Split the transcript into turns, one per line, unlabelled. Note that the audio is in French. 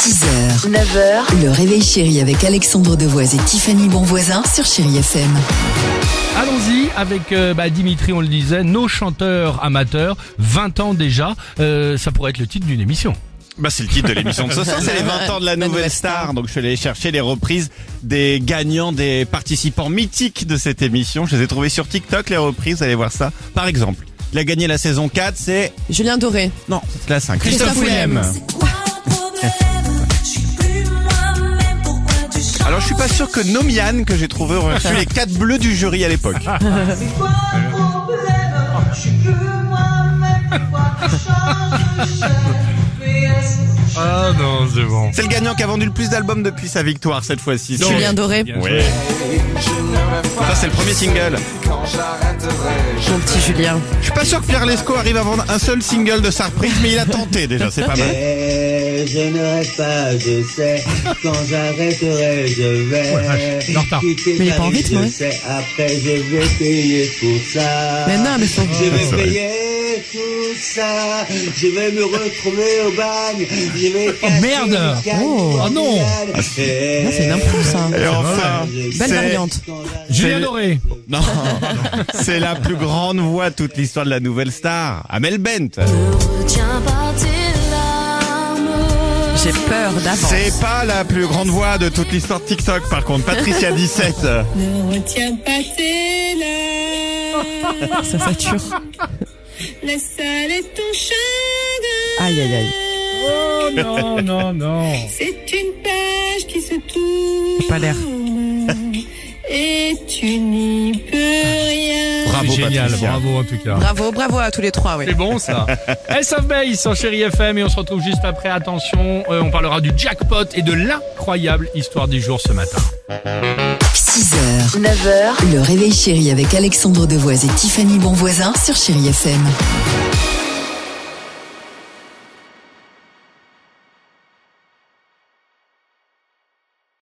6h, 9h, le réveil chéri avec Alexandre Devoise et Tiffany Bonvoisin sur Chéri FM.
Allons-y avec euh, bah, Dimitri, on le disait, nos chanteurs amateurs, 20 ans déjà, euh, ça pourrait être le titre d'une émission.
Bah, c'est le titre de l'émission de ce soir. C'est les 20 ans de la nouvelle star. Donc, je suis allé chercher les reprises des gagnants, des participants mythiques de cette émission. Je les ai trouvés sur TikTok, les reprises. Allez voir ça. Par exemple, il a gagné la saison 4, c'est,
Julien Doré.
non, c'est la 5.
Christophe Willem.
Quoi le problème Je suis plus moi-même, pourquoi tu chantes
Alors, je suis pas sûr que Nomian, que j'ai trouvé, aurait reçu les 4 bleus du jury à l'époque.
C'est quoi le problème Je suis plus moi-même, pourquoi tu chantes de chaîne Mais est-ce que
Ah non, c'est bon.
C'est le gagnant qui a vendu le plus d'albums depuis sa victoire cette fois-ci. Donc,
Julien Doré.
Ouais. Ça, c'est le premier single.
Mon petit Julien.
Je suis pas sûr que Pierre Lescaut arrive à vendre un seul single de sa reprise, mais il a tenté déjà, c'est pas mal.
Eh, je ne reste pas, je sais. Quand j'arrêterai, je vais.
il est en retard.
Quitter
Mais il est pas
Paris,
en rythme,
je
ouais.
sais. Après, je vais payer pour ça.
Mais non, mais son.
Je vais payer tout ça. Je vais me retrouver au bagne. Je vais. casser
merde.
une canne
Oh. Ah non.
formidable. Eh,
Ah, C'est une impro, ça.
Et enfin,
Belle
c'est-
variante.
quand j'arrête-
Julien
C'est-
Doré.
Non, c'est la plus grande voix de toute l'histoire de la nouvelle star, Amel Bent.
Retiens pas tes larmes
J'ai peur d'avance.
C'est pas la plus grande voix de toute l'histoire de TikTok, par contre. Patricia 17.
Ne retiens pas tes larmes,
Ça sature.
la salle est ton chagrin.
Aïe, aïe, aïe.
Oh non, non, non.
C'est une page qui se tourne.
Pas l'air.
Et tu n'y peux rien.
Bravo,
C'est génial,
Patricia.
bravo en tout cas.
Bravo, bravo à tous les trois, oui.
C'est bon ça. S of Base sur Chéri FM et on se retrouve juste après. Attention, euh, on parlera du jackpot et de l'incroyable histoire du jour ce matin.
6h, 9h, le réveil chéri avec Alexandre Devoise et Tiffany Bonvoisin sur Chéri FM.